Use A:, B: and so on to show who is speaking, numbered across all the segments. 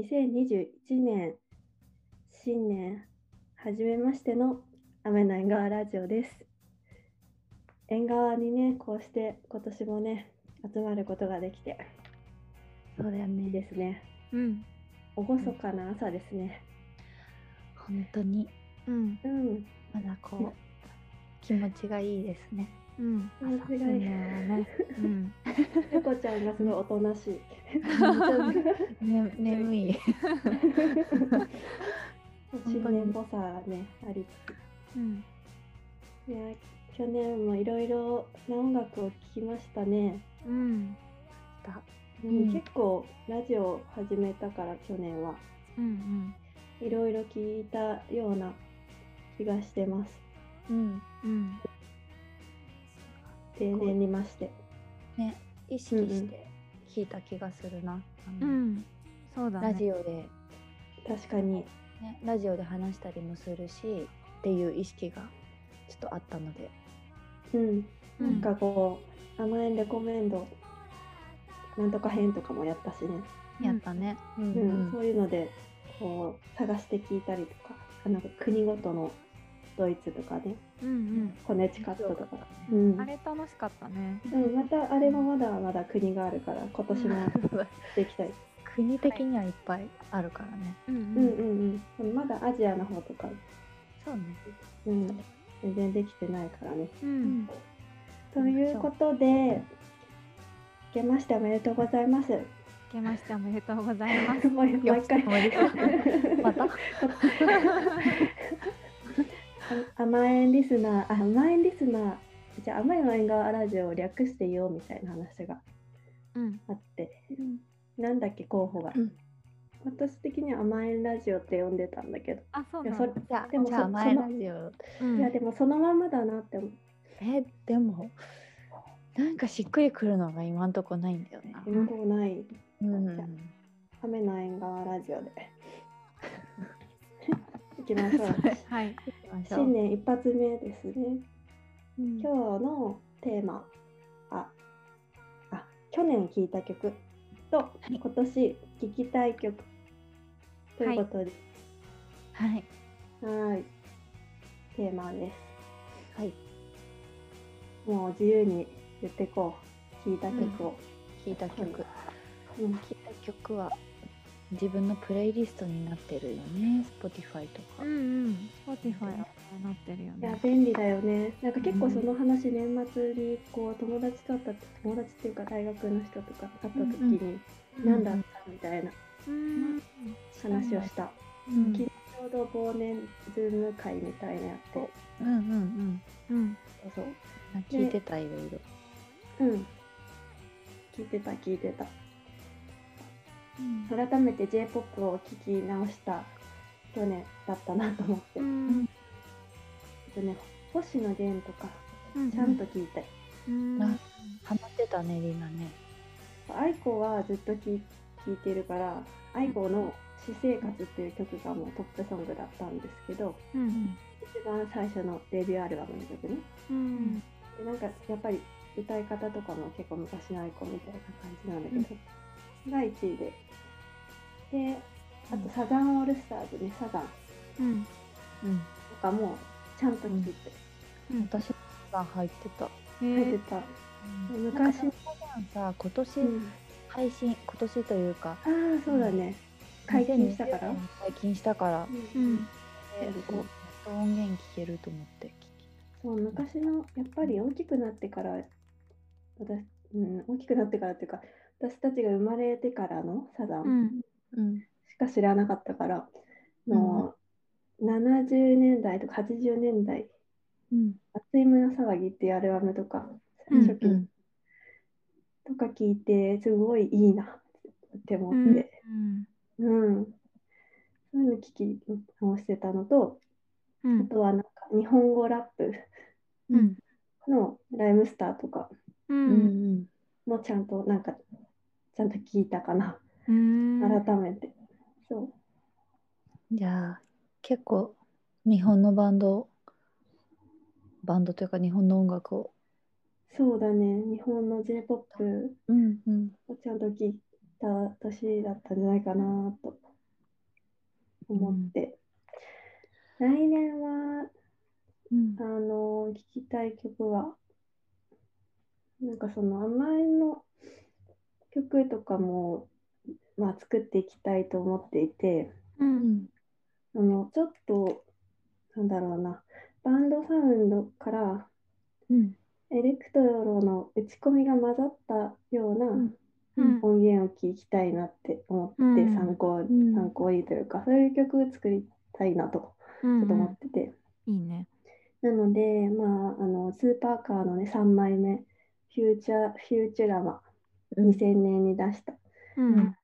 A: 2021年新年初めましての雨の縁側ラジオです。縁側にね、こうして今年もね、集まることができて、
B: そうだよ
A: いい
B: ね。
A: ですね。
C: うん、
A: 厳かな朝ですね。
B: 本当に
C: うん、
A: うん、
B: まだこう気持ちがいいですね。
C: うん、
A: 間違い
B: 朝
A: ない。
B: ね
C: うん、
A: 猫ちゃんがすごいおとなしい。
B: ね眠い。
A: 新年っぽさね、ありつつ。
C: うん、
A: いや去年もいろいろな音楽を聴きましたね、
C: うん、
B: ん
A: うん結構ラジオ始めたから去年は
C: うん、
A: いろいろ聴いたような気がしてます
B: うん。
C: うん、
A: 定年にまして
B: ね意識して聞いた気がするな。あ
C: う
B: の
C: ん、そうだね。
B: ラジオで、
A: 確かに
B: ね、ラジオで話したりもするしっていう意識がちょっとあったので。
A: うん
C: う
A: なん
C: ん、
A: かこう甘えんレコメンドなんとか編とかもやったしね、
B: やったね。う
A: うんんそういうのでこう探して聞いたりとかあの国ごとのドイツとかね
C: うん、
A: コネチカットとか、うん
C: うん、あれ楽しかったね。
A: うん、またあれもまだまだ国があるから今年もできたり、
B: 国的にはいっぱいあるからね。
C: うん、
A: うんうんうん、まだアジアの方とか、
B: そうね。
A: うん、全然できてないからね。
C: う、。
B: うん
A: ということで、明けましておめでとうございます。
C: 明けましておめでとうござい ます。
A: もう毎回
B: おめでとう。 また。
A: 甘えんリスナー、あ甘えんリスナー、じゃあ甘いワイン側ラジオを略して言おうみたいな話が
C: うん、
A: あって、なんだっけ候補が。
B: うん
A: 私的には甘えんラジオって呼んでたんだけど、
C: あ、そう
A: いや
C: な
A: それ
C: の。
B: じゃあ、
A: でも
B: じゃ
A: そ
B: あ前ラジオ。
C: うん
A: いやでもそのまんまだなって思う。
B: え、でも、なんかしっくりくるのが今んとこないんだよな。
A: 今んとこない
B: うん。
A: 雨の縁側ラジオ で行きましょう
C: はい、
A: 新年一発目ですね今
B: 今
A: 日のテーマああ去年聴いた曲と
B: い
A: 今年聴きたい曲ということで
B: はい。
A: はーいテーマで
B: はい。
A: すもう自由に言ってこう聴いた曲を、
B: 聞いた曲。
A: うん
B: 聞いた曲は。自分のプレイリストになってるよね。Spotify とか
C: うん、。うん、Spotify はなってるよ
A: いや
C: ね。
A: 便利だよねなんか結構その話、年末にこう友達と会った友達っていうか大学の人とか会った時に、
B: うん
A: なんだったみたいな
C: うん、
A: 話をした、
B: うん
A: 昨日ちょうど忘年ズーム会みたいなやって
B: おうんうん
C: うん、
A: そうそう
B: うん。聞いてた、いろいろ。
A: うん聞いてた聞いてた改めて j p o p を聞き直した去年だったなと思って、
C: う
A: あ
C: ん、
A: とね星野源とか
C: うん
A: ちゃんと聞いた、
C: うん、
B: ハマってたね、りなね。
A: 愛子はずっと聴い聴いてるから愛子の「私生活」っていう曲がもうトップソングだったんですけど
C: うん、
A: 一番最初のデビューアルバムの曲ね
C: うん、
A: でなんかやっぱり歌い方とかも結構昔の愛子みたいな感じなんだけど、が1位でであとサザンオールスターズねサザン
C: うん、
B: うん。
A: とかもちゃんと聴いて
C: うん、
B: 私が入ってた。
A: 入って
C: え
A: た、
B: 昔のさ、今年
A: うん
B: 配信、今年というか、
A: ああそうだね解禁したから
B: 2020年に解禁したから、
C: う
A: うん
C: ん、
A: そうですね
B: おやっと音源聞けると思って聞き
A: そう昔のやっぱり大きくなってから私、うん、大きくなってからっていうか私たちが生まれてからのサザ
C: う
A: ン
C: ん、
B: うん
A: しか知らなかったから、もう70年代とか80年代
B: うん
A: 「熱い胸騒ぎ」っていうアルバムとか
C: うん
A: 初期
B: うん
A: とか聞いてすごいいいなって思って、
C: うん、
A: うんそういうの聞き直してたのと
C: う
A: あ
C: ん、
A: とはなんか日本語ラップ
C: うん、
A: の「ライムスター」とか
C: う。
B: うんん
A: もちゃんとなんかちゃんと聞いたかな。
C: うん
A: 改めて。そ
B: じゃあ結構日本のバンドバンドというか日本の音楽を
A: うそうだね、日本の J-POP
B: うんうん
A: をちゃんと聞た年だったんじゃないかなと思って、来年は
B: うん
A: あの聴きたい曲はなんかその甘えの曲とかも、まあ、作っていきたいと思っていて
B: うん
A: あのちょっとなんだろうなバンドサウンドから
B: うん
A: エレクトロの打ち込みが混ざったような
C: うん
A: 音源を聴きたいなって思って、
C: うん
A: 参考
B: ん
A: 参考にというかそういう曲を作りたいなとちょっと思ってて、
C: いいね。
A: なので、まあ、あのスーパーカーのね3枚目「フューチャーフューチュラマ」2000年に出した、
C: うん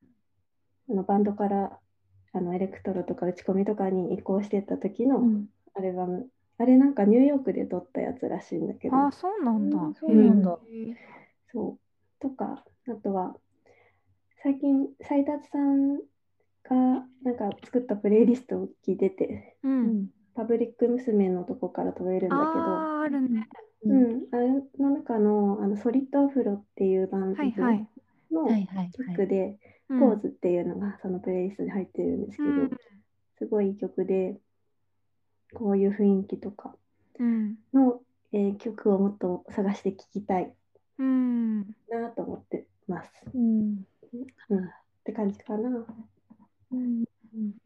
A: あのバンドからあのエレクトロとか打ち込みとかに移行してった時の
B: うん
A: アルバム、あれなんかニューヨークで撮ったやつらしいんだけど
C: あー、そうなんだ。
B: うんそうなんだ
C: へ
A: そうとかあとは最近斉達さんがなんか作ったプレイリストを聞いてて
C: ーう。
B: うんん
A: パブリック娘のとこから飛べるんだけど
C: あーあるね。
A: う、ん、あれの中のあのソリッドアフロっていうバンド
C: はいはい。
A: の
B: はいはいは
A: 曲
B: い
A: で、
C: うん
A: ポーズっていうのがそのプレイリストに入ってるんですけ
C: う
A: ど、
C: ん
A: すごいいい曲で、こういう雰囲気とか
C: うん
A: の、えー曲をもっと探して聴きたい
C: うん。
A: なと思ってます。
B: うん
A: うん、って感じかな。
B: うん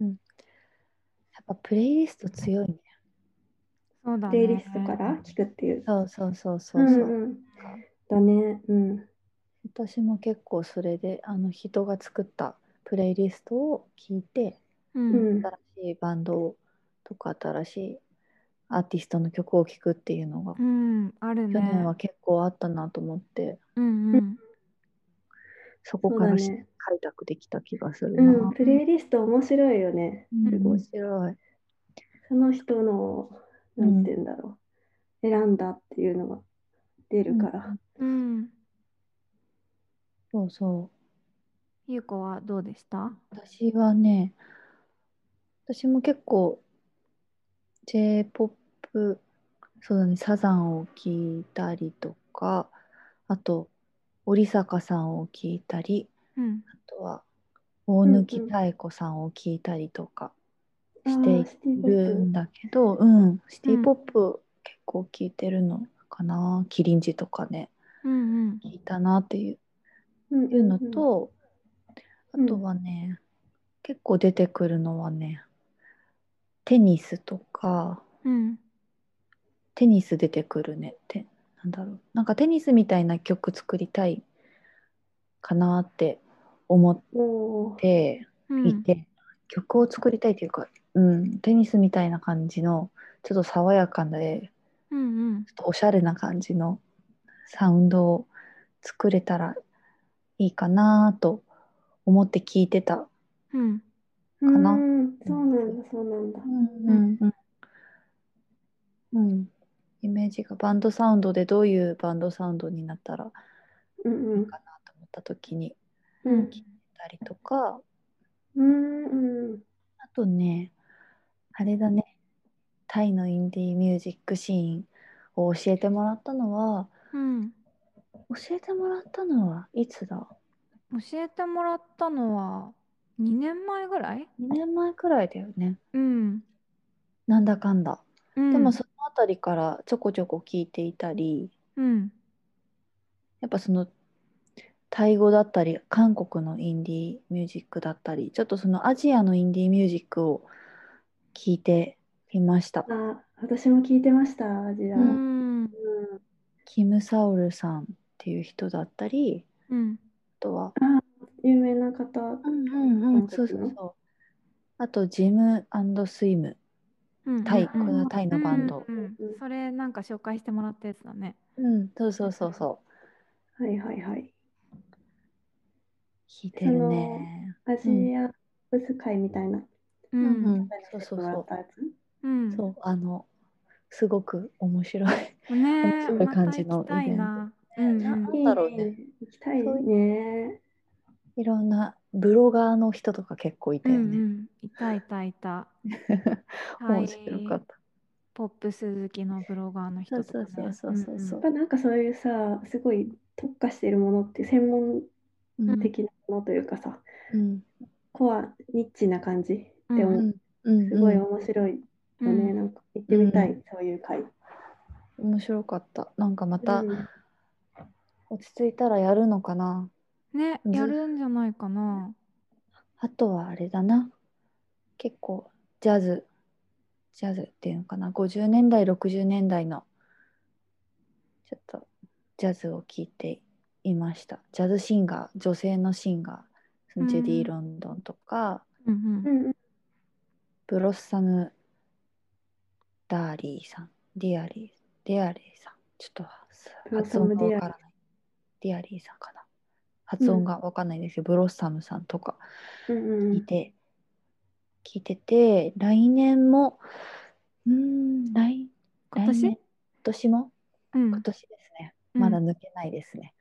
B: うんやっぱプレイリスト強いね
C: そうだね。
A: プレイリストから聴くっていう。
B: そうそうそうそう
A: う
B: そ
A: ん
B: う、
A: うん、だね、うん。
B: 私も結構それであの人が作ったプレイリストを聞いて
C: う。
A: うんん、
B: 新しいバンドとか新しいアーティストの曲を聴くっていうのが、
C: うん。あるね。
B: 去年は結構あったなと思って
C: うんうん。
B: そこ
A: そう
B: か
A: だ
B: らし、
A: ね。
B: 開拓できた気がする
A: う
B: な、
A: ん、プレイリスト面白いよね。
B: うん
C: すご
B: 面
C: い
B: 白い、
A: その人の、
B: う
A: なんんて言うんだろう、選んだっていうのが出るから。
C: うん。
B: そうそう
C: ゆうこはどうでした？
B: 私はね、私も結構 J-POP、そうだね、サザンを聞いたりとか、あと、織坂さんを聞いたり、
C: うん。
B: あとは、大貫妙子さんを聞いたりとかして
A: あーシティ
B: い
A: ポップ
B: るんだけど、うん、シティポップ結構聞いてるのかな、キリンジとかね、
C: うんうん。
B: 聞いたなっていう
A: うん
B: いうのと、
A: うん
B: あとはね、結構出てくるのはねテニスとか
C: うん。
B: テニス出てくるねってなんだろうなんかテニスみたいな曲作りたいかなって思っ
A: うんうんおー
B: て
C: うん
B: いて、曲を作りたいというか、うん、テニスみたいな感じのちょっと爽やかで
C: うんうん
B: ちょっとおしゃれな感じのサウンドを作れたらいいかなと思って聞いてた
C: うん
A: か
B: な
A: そうなんだ、そうなんだ。
B: うんうんうんうんイメージがバンドサウンドでどういうバンドサウンドになったらい
A: うんう
B: い
A: ん
B: かなと思った時に
A: うん
B: たりとか
A: うんうん
B: あとねあれだねタイのインディーミュージックシーンを教えてもらったのは
C: うん。
B: 教えてもらったのはいつだ
C: 教えてもらったのは二年前ぐらい？
B: 2年前くらいだよね
C: うん。
B: なんだかんだ、
C: うん
B: でもそのあたりからちょこちょこ聞いていたり
C: うん
B: やっぱそのタイ語だったり韓国のインディーミュージックだったりちょっとそのアジアのインディーミュージックを聞いていました
A: あ、私も聞いてました、アジア。
C: う
A: うん
B: キム・サウルさんっていう人だったり
C: うん
B: あとは
A: 有名な方。
B: うんうん
A: うん
B: そうそうそうあとジムスイム
C: うん
B: タ
A: う
B: イ
A: ん
B: これはタイのバンド
C: うんうんうんそれなんか紹介してもらったやつだね。
B: うんそうそうそうそう
A: はいはいはい。
B: 聞いてるね
A: アジアブス会みたいな。
C: う
B: うんうんんそうそう
A: もらっ
B: そ
A: たやつ
C: うん
B: うそうあのすごく面白い
C: ねえ
B: 面白い感じの
C: また行きたいな。うんうん
B: なんだろうね
A: いい行きたいね。
B: いろんなブロガーの人とか結構いた
C: うん
B: よ
C: う
B: ね。
C: んいたいたいた。
B: 面白かった。
C: ポップ鈴木のブロガーの人とかね。
B: そうそうそうそう
A: やっぱなんかそういうさ、すごい特化してるものって専門
B: うん
A: 的なのというかさ
B: うん
A: コアニッチな感じで
C: うんうん
A: も
B: うん
A: すごい
B: うん
A: 面白いよね、
C: うん
A: なんか行ってみたい、
B: う
A: そういう回。
B: 面白かったなんかまた
A: うん
B: 落ち着いたらやるのかな
C: ね、
B: ず
C: やるんじゃないかな。
B: あとはあれだな結構ジャズジャズっていうのかな50年代60年代のちょっとジャズを聴いていましたジャズシンガー女性のシンガーそのジェデ
C: うん
B: ィ・ロンドンとか、
C: うん
A: う
C: うん。
A: んうん
B: ブロッサム・ダーリーさんディアリーディアリーさんちょっと
A: ブロッ
B: 発
A: サ
B: 音
A: ム
B: がわからないディアリーさんかな発音がわかんないんですけど、ブロッサムさんとか
A: うんう
B: 聞い
A: ん、
B: て、聞いてて、来年も、うーん、来
C: 今
B: 来年
C: 年
B: 今年も
C: うん
B: 今年ですね。まだ
C: うん
B: 抜けないですね。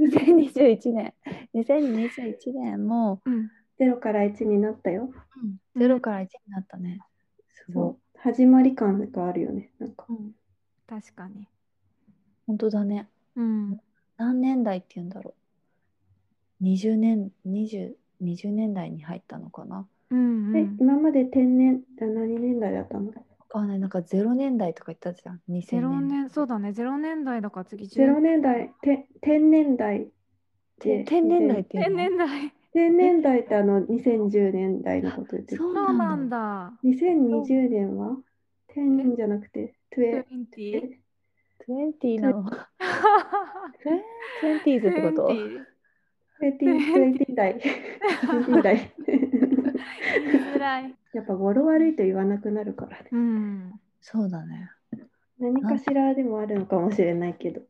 B: 2021年、2021年も
C: うん。
A: ゼロから1になったよ。
C: うん
B: 0から1になったね。すご
A: そう始まり感があるよね。なんか
B: い。うん、
C: 確かに。
B: 本当だね。
C: うん。
B: 何年代って言うんだろう。20年、20、20年代に入ったのかな。
C: うんう
A: え
C: ん。
A: 今まで天然あ何年代だったの
B: わかんない。なんか0年代とか言ったじゃん。
C: ゼロ
B: 2000年。
C: 年、そうだね、ゼロ年代だから次10
A: ?0 年代、て天然代って
B: て天然代っていう
C: 天
B: の
C: 然代。
A: 天然代ってあの2010年代のこと言ってる
B: そ。う
C: そう
B: な
C: なんんだ。
B: だ。
A: 2020年は天然じゃなくて12
C: 20?
B: 20なの。トゥエンティーズってこと
C: 20?
A: 20代。20代。
C: 言いづらい。
A: やっぱ語呂悪いと言わなくなるからね。
C: うん。
B: そうだね。
A: 何かしらでもあるのかもしれないけど。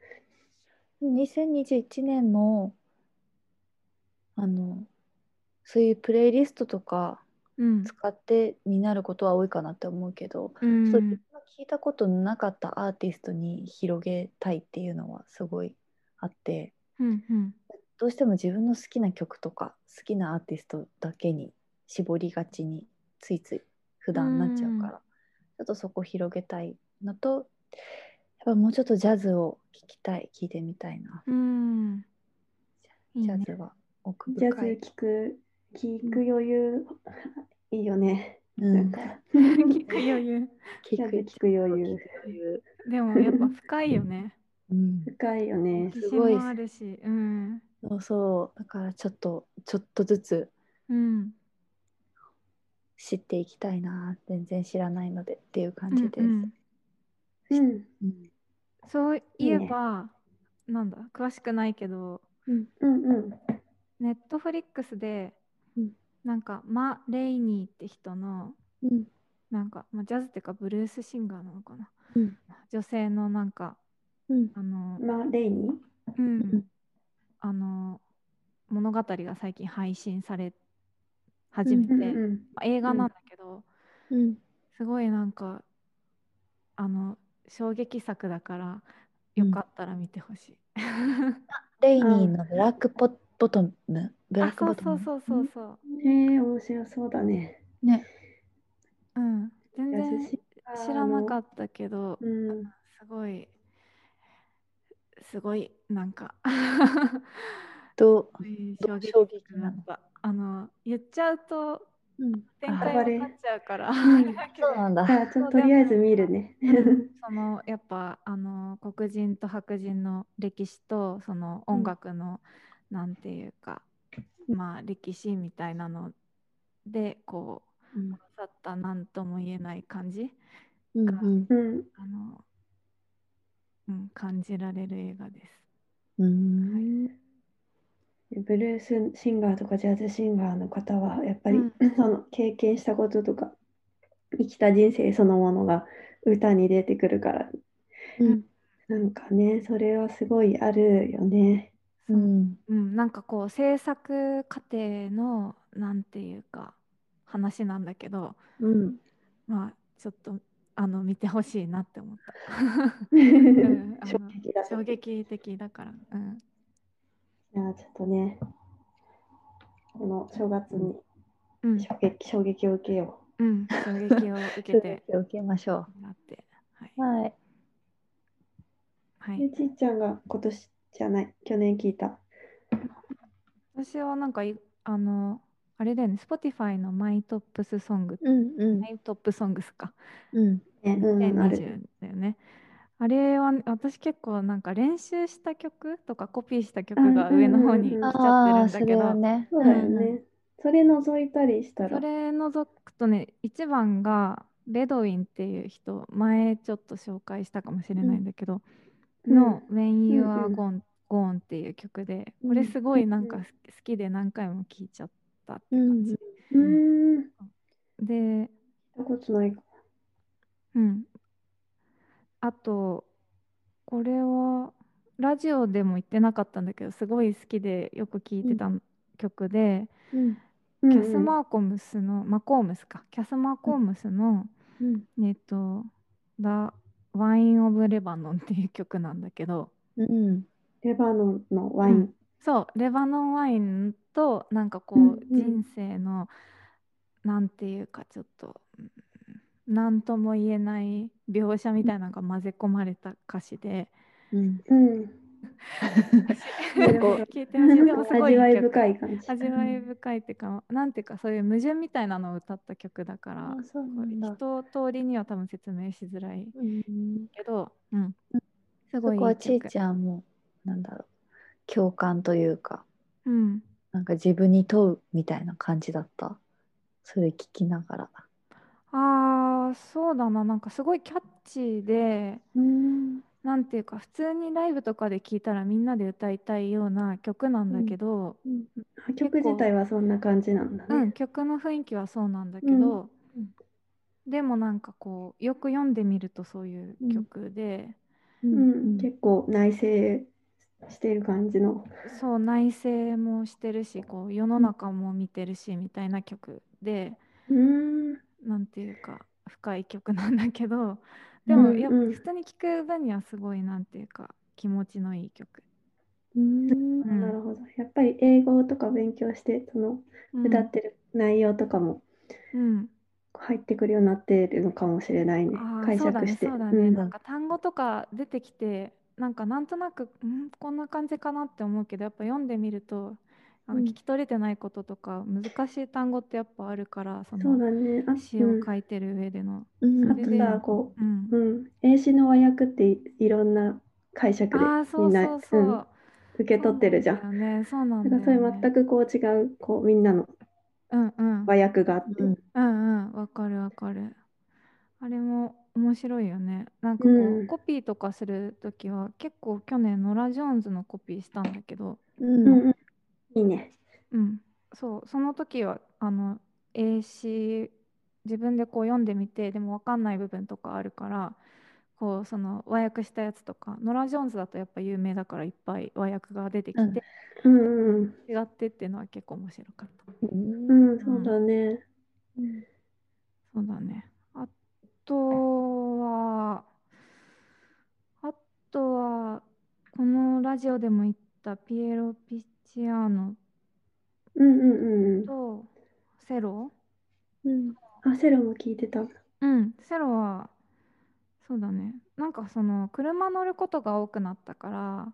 B: 2021年も、あの、そういうプレイリストとか
C: うん。
B: 使ってになることは多いかなって思うけど、
C: う
B: ちょっ
C: ん
B: と自分が聞いたことのなかったアーティストに広げたいっていうのはすごいあって、
C: うんうん。
B: どうしても自分の好きな曲とか好きなアーティストだけに絞りがちについつい普段なっちゃうから、ちょっとそこ広げたいのとやっぱもうちょっとジャズを聴きたい聴いてみたいな、
C: うん。いい
B: ジャ
C: ね
B: ズは奥
A: ジャ
B: 深い
A: ズ聞く、聞く余裕、いいよね。
B: う
A: なん
B: ん
A: か、
C: 聞く余裕。
A: ジ
B: 聴
A: ャズ
B: く
A: 聞く余裕。
B: 聴く余裕
C: でもやっぱ深いよね。
B: うん
A: 深いよね。
B: すごい
C: 歴史もあるし。うん。
B: そうそうだからちょっとちょっとずつ
C: うん。
B: 知っていきたいな全然知らないのでっていう感じです、
C: うんうん
A: うん。
B: うん
C: そういえば、なんだ、詳しくないけど、
A: うんうん。
C: ネットフリックスで
B: うん、
C: なんか、マ・レイニーって人の、
B: うん
C: なんか、まあ、ジャズっていうか、ブルースシンガーなのかな。
B: うん
C: 女性のなんか、
B: うん
C: あの、
A: まあ、レイニー
C: う
B: うん
C: ん、あの、物語が最近配信され始めて、
A: うんうん。
C: まあ映画なんだけど、
B: うん
C: すごいなんかあの衝撃作だからよかったら見てほしい。
B: レイニーのブラックポボトム。ブラッ
C: あ
B: ク
C: そ
B: ボ
C: う
B: ト
C: そ
B: ム。
C: うそうそうそう。
A: へえ、面白そうだね。
B: ね。
C: うん、全
A: ジャ
C: 然
A: ズシンガー
C: 知らなか
A: の
C: ったけど、
A: うん。
C: すごいすごいなんか
B: と、
C: うん
B: どう
C: 衝撃作だった。あの言っちゃうと展開
A: 暴れ
C: 分かっちゃうから。だけど
B: そうなん
A: じ
B: だ。
A: ゃあ、ちょっととりあえず見るね。
C: そのやっぱあの黒人と白人の歴史とその音楽の、なんていうかまあ歴史みたいなのでこう刺さった何とも言えない感じ
B: うんうん
A: うん。
C: あの、うん、感じられる映画です。
B: うん
A: ブルースシンガーとかジャズシンガーの方はやっぱり、
C: うん
A: その経験したこととか生きた人生そのものが歌に出てくるから
B: うん
A: なんかねそれはすごいあるよね。
B: う
C: そうんうん、なんかこう制作過程のなんていうか話なんだけど
B: うん
C: まあちょっとあの見てほしいなって思った。うんあ
A: 衝
C: の
A: 撃だった
C: 衝撃的だから。うん。
A: いやちょっとねこの正月に
C: うん。
A: 衝撃衝撃を受けよ
C: うん、衝撃を受けて
B: 受けましょ。。
C: もらって。はいう
B: はい。
C: は
A: う。で
C: い、
A: ちいちゃんが今年じゃない去年聞いた
C: 私はなんかいあのあれだよね Spotify のマイトップスソング、
B: うんうん
C: マイトップソングスか
B: うん
A: ねうん、ある
C: 2020だよね。あれは私結構なんか練習した曲とかコピーした曲が上の方に来ちゃ
B: ああ
C: って
B: そ
C: るんだけ
B: れ
C: ど、
B: はね
A: そうだよね。それ覗いたりした
C: そ
A: ら。
C: れ除くとね1番がベドウィンっていう人前ちょっと紹介したかもしれないんだけど、
A: うん
C: の「When You
A: うんう
C: Are
A: ん
C: Gone, Gone」っていう曲で
B: うん
C: これすごいなん
A: う
C: か
A: ん
C: 好き好きで何回も聴いちゃったって
B: う
C: 感
B: ん
C: じ、
A: うーん。見
C: で、
A: たことないか。
C: うん、あとこれはラジオでも言ってなかったんだけどすごい好きでよく聴いてた曲で、
B: うん
A: キ
C: キャス・マーコムスのマコームスかキャス・マーコームスの、
B: うん
C: えっと、The Wine of Lebanon っていう曲なんだけど、
B: うん
A: レバノンのワイン。
C: そう、レバノンワインと、なんかこう、
A: うんうん
C: 人生の、なんていうか、ちょっと、うんなんとも言えない描写みたいなのが混ぜ込まれた歌詞で、
B: うん
A: うん。
B: なんか
C: 聞いてほしい。でもすごい
A: 味わい
C: 曲
A: 深い感じ。
C: 味わい深いっていうか、なんていうか、そういう矛盾みたいなのを歌った曲だから、
B: あそう
C: こ
B: な
C: うん
B: だ
C: 一通りには多分説明しづらい
B: うん
C: けど、うん、す
B: そ
C: ごいいい
B: こはちい
C: 曲
B: ちゃんもなんだろう共感というか
C: うん
B: なんか自分に問うみたいな感じだったそれ聞きながら
C: ああそうだななんかすごいキャッチーで
A: うん。
C: なんていうか普通にライブとかで聴いたらみんなで歌いたいような曲なんだけど、
A: 曲自体はそんな感じなんだ
C: うん
A: ね。
C: 曲の雰囲気はそうなんだけ
A: うん
C: ど、でもなんかこうよく読んでみるとそういう曲で、
B: う
A: うん結構内省してる感じの。
C: そう内省もしてるしこう世の中も見てるしみたいな曲で
A: うん。
C: なんていうか深い曲なんだけどで
A: う
C: も
A: ん
C: やっ
A: うん
C: 普通に聴く分にはすごいなんていうか気持ちのいい曲。
B: うん
C: うん
A: なるほど。やっぱり英語とか勉強して、その
C: うん
A: 歌ってる内容とかも
C: うん、
A: 入ってくるようになってるのかもしれないね。
C: ああ
A: 解
C: そうだ
A: 釈
C: ね
A: して。
C: そうだね、
A: うん
C: なんか単語とか出てきてなんかなんとなくんこんな感じかなって思うけどやっぱ読んでみるとあの
B: うん
C: 聞き取れてないこととか難しい単語ってやっぱあるからそ
A: そう
C: の
A: だね。あ
C: 詩を
A: うん
C: 書いてる上での、
B: うん
A: あとさ、こう、
C: うん
A: うん、英詞の和訳っていいろんな解釈で
C: ああそ
A: み
C: うん
A: な
C: そうそう、
A: うん受け取ってるじゃん。
C: そうなんだよねそう
A: だ
C: なん
A: か
C: だ
A: らそれ
C: よね
A: 全くこう違うこうみんなの
C: うんうん
A: 和訳があって、
B: うん
C: うんうんわかるわかるあれも面白いよねなんかこう、
A: うん
C: コピーとかするときは結構去年ノラ・ジョーンズのコピーしたんだけど
B: うん
A: うんうんいいね。
C: うん、そう、その時はあの英詞自分でこう読んでみてでも分かんない部分とかあるからこうその和訳したやつとかノラ・ジョーンズだとやっぱ有名だからいっぱい和訳が出てき
B: うん
C: て
A: うんうん
C: 違ってっていうのは結構面白かった。
A: うん、うん、そうだね。
C: そうだね。あとはあとはこのラジオでも言ったピエロ・ピッチアーノ
A: うんうんうんう
C: とセロ
B: うん
A: ん。あ、セロも聞いてた。
C: うん、セロはそうだねなんかその車乗ることが多くなったから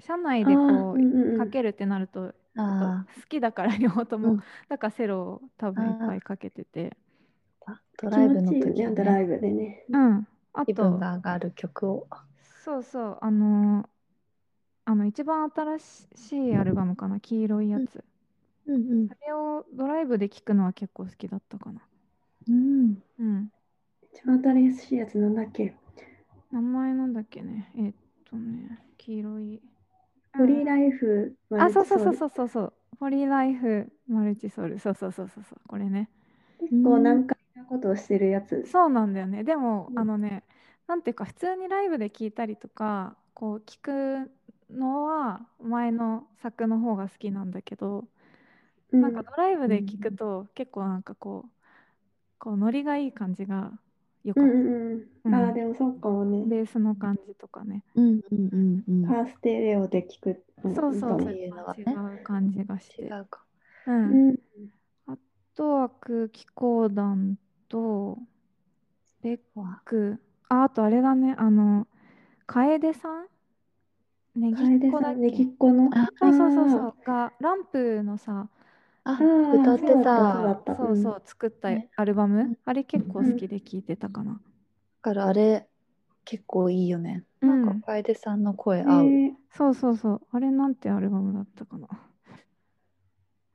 C: 車内でこ
A: あーうんうんう
C: うんかけるってなると好
B: あ
C: きだから両方とも、
B: うん
C: だからセロを多分い
B: あ
C: っ
B: ー
C: ぱいかけてて
B: あドライブの
A: 気持ちいい
B: 時
A: よ
B: は
A: ね、ドラ
B: ね
A: イブでね。
C: うんあ
B: 気分
C: と
B: が上がる曲を
C: そうそうあのーあの一番新しいアルバムかな黄色いやつ、
B: うん
C: あれをドライブで聴くのは結構好きだったかな
B: うん
C: うん
A: 一番新しいやつなんだっけ、
C: 名前なんだっけねえっとね黄色い
A: ホリーライフマ
C: あ、
A: ルチ
C: そ
A: ソ
C: う
A: ウル
C: そうそうそうそうそう。ホリーライフマルチソウル。そうそうそうそうそう。これね。
A: 結構難解なことをしてるやつ。
C: そうなんだよね。でも、
A: うん
C: あのね、なんていうか普通にライブで聞いたりとか、こう聞くのは前の作の方が好きなんだけど、
A: うん、
C: なんかドライブで聞くと結構なんかこう、こうノリがいい感じがよ
A: う
C: かっ
A: ん
C: た。
A: うんうん。ああ、でもそうかもね。
C: ベースの感じとかね。
B: うんうんうんうん
A: カーステレオで聞くの
C: そうそう、
A: いい
C: そ
A: か
C: う
A: も
C: いうのが
B: って
C: 違
B: いうの
C: う感じがして。
B: 違うか
C: うん
A: うん
C: あとは空気講談と、レッ
B: わ
C: ク、あ、あとあれだね、あの、楓さんねぎ
A: 楓
C: っこ
A: さ
C: だっ
A: ん、ねぎ
C: け
A: っこの。
B: あ
C: そうそうそうそ
A: あ
C: うがランプのさ
B: あ
A: ー。
B: 歌って
A: そうだそう
B: た
A: だ
B: だ
A: った。
C: そうそう作った
B: ね
C: アルバム、
B: うん
C: あれ結構好きで聴いてたかな、
B: からあれ結構いいよね、
C: うん
B: なんか楓さんの声
A: う
B: 合う、
A: ん。え
C: そうそうそうあれなんてアルバムだったかな、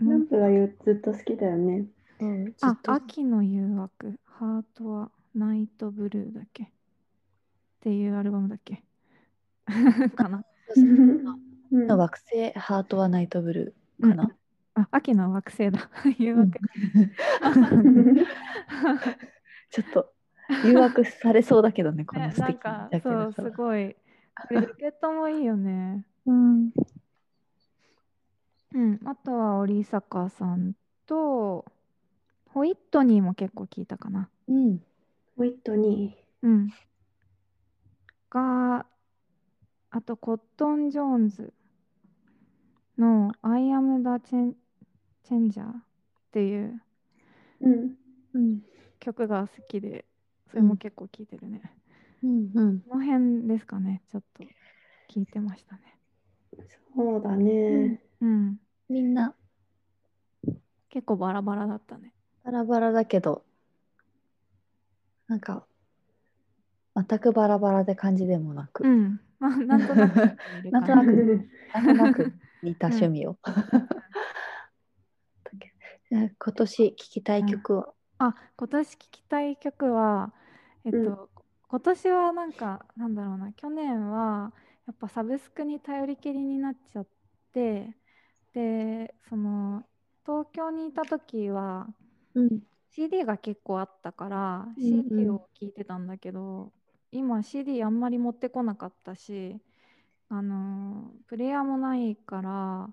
C: う
A: ー、ラ
C: ん
A: ンプが言うずっと好きだよね。
B: うん、ずっ
C: あ、
B: と
C: 秋の誘惑、ハートはナイトブルーだっけっていうアルバムだっけかな、
A: うん
B: の惑星ハートはナイトブルーかな、
C: あ、秋の惑星だ。誘惑。
B: ちょっと誘惑されそうだけど ねこ
C: ね
B: の素
C: なん
B: 敵
C: か
B: なジャケ
C: そう、
B: ッ
C: す
B: ト
C: ごい。これジャケットもいいよね。
B: うん
C: うん、あとは織坂さんと、ホイットニーも結構聞いたかな。
B: うん
A: ホイットニ
C: うん。が、あと、コットン・ジョーンズの「I am the Chen- Changer」っていう
A: ー。うん。
B: うん
C: 曲が好きで、それも結構聴いてるね。
B: うんうん
C: この辺ですかね、ちょっと聴いてましたね。
A: そうだね。
C: うん。
B: みんな
C: 結構バラバラだったね。
B: バラバラだけどなんか全くバラバラで感じでもなく、
C: うん。まあ、なんと なく見てる感じ。
B: なんとなく
A: うん
B: なんとなく似た趣 味を、じゃあ今年聴きたい曲は、
C: あ、今年聴きたい曲は、えっと、
A: うん
C: 今年はなんか、なんだろうな、去年はやっぱサブスクに頼りきりになっちゃって、で、その、東京にいた時は CD が結構あったから、
B: うんうん
C: CD を聴いてたんだけど、今 CD あんまり持ってこなかったし、あのー、プレイヤーもないから、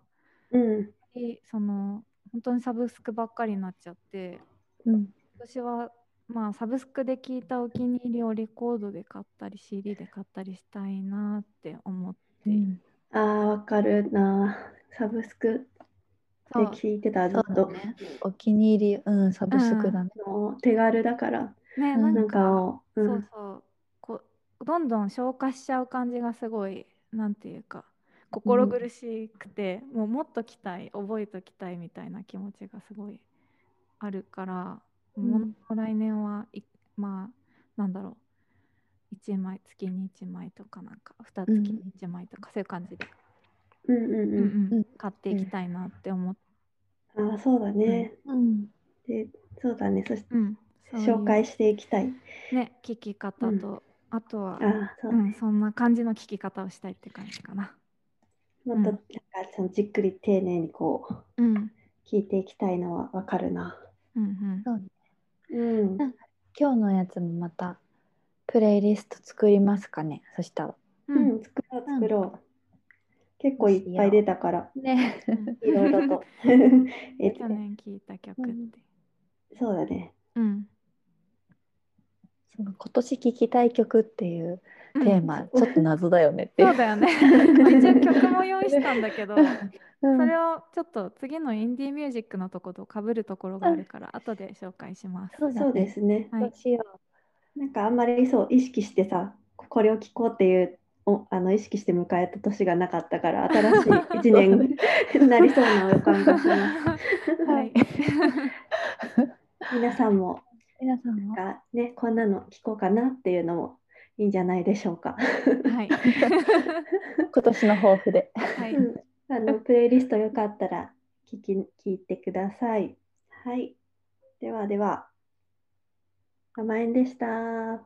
A: うん。
C: でその、本当にサブスクばっかりになっちゃって、
B: うん
C: 私はまあサブスクで聞いたお気に入りをレコードで買ったり CD で買ったりしたいなって思って、
B: うん
A: ああ、わかるな。サブスクで
C: そう
A: 聞いてた、ず
B: そう
A: っ
B: だ
A: と。
B: ねお気に入りうんサブスクだね、
A: もう手軽だから、
C: ね
B: うん
A: なんか、う、
C: そうんそうこうどんどん消化しちゃう感じがすごいなんていうか心苦しくて、もうもっと来たい覚えときたいみたいな気持ちがすごいあるから、
B: うん
C: もう来年はいまあなんだろう1枚月に1枚とかなんか2月に1枚とか、そういう感じで、
A: うんうんう
C: う
A: ん
C: んう
B: うんん、
C: 買っていきたいなって思って、
A: ああ、そうだね。
B: うん
A: で、そうだね。そして
C: うんそういう
A: 紹介していきたい。
C: ね聞き方と、
A: うん
C: あとは
A: ああ、そう
C: う
A: だね。
C: ん、そんな感じの聞き方をしたいって感じかな。
A: も
C: ん
A: っとなんかそのじっくり丁寧にこう
C: うん、うん、
A: 聞いていきたいのはわかるな。
C: うん。
B: そうね
A: うん。
B: うん今日のやつもまたプレイリスト作りますかねそしたら
C: う、
A: うんん、作ろう作ろう。結構いっぱい出たから、
B: ね
A: いろいろ と。 えっと
C: 去年聞いた曲って。
A: そうだね。
C: うん。
B: その今年聴きたい曲っていうテーマ、ちょっと謎だよねってい
C: そう
B: う、
C: だよ ね。一応曲も用意したんだけど、
B: うん
C: それをちょっと次のインディーミュージックのとことかぶるところがあるから、後で紹介します。
B: そうだね
A: そうですね。
C: はい
B: そうしよ
A: なんかあんまりそう意識してさ、これを聞こうっていうおあの意識して迎えた年がなかったから、新しい一年になりそうな予 感がします。
C: はい。
A: 皆さんも
B: う皆さんも
A: が、ね、こんなの聞こうかなっていうのもいいんじゃないでしょうか。
C: はい。
B: 今年の抱負で
C: は
A: う
C: い。
A: んあ のプレイリストよかったら聞き聞いてください。はい。ではでは、甘えんでした。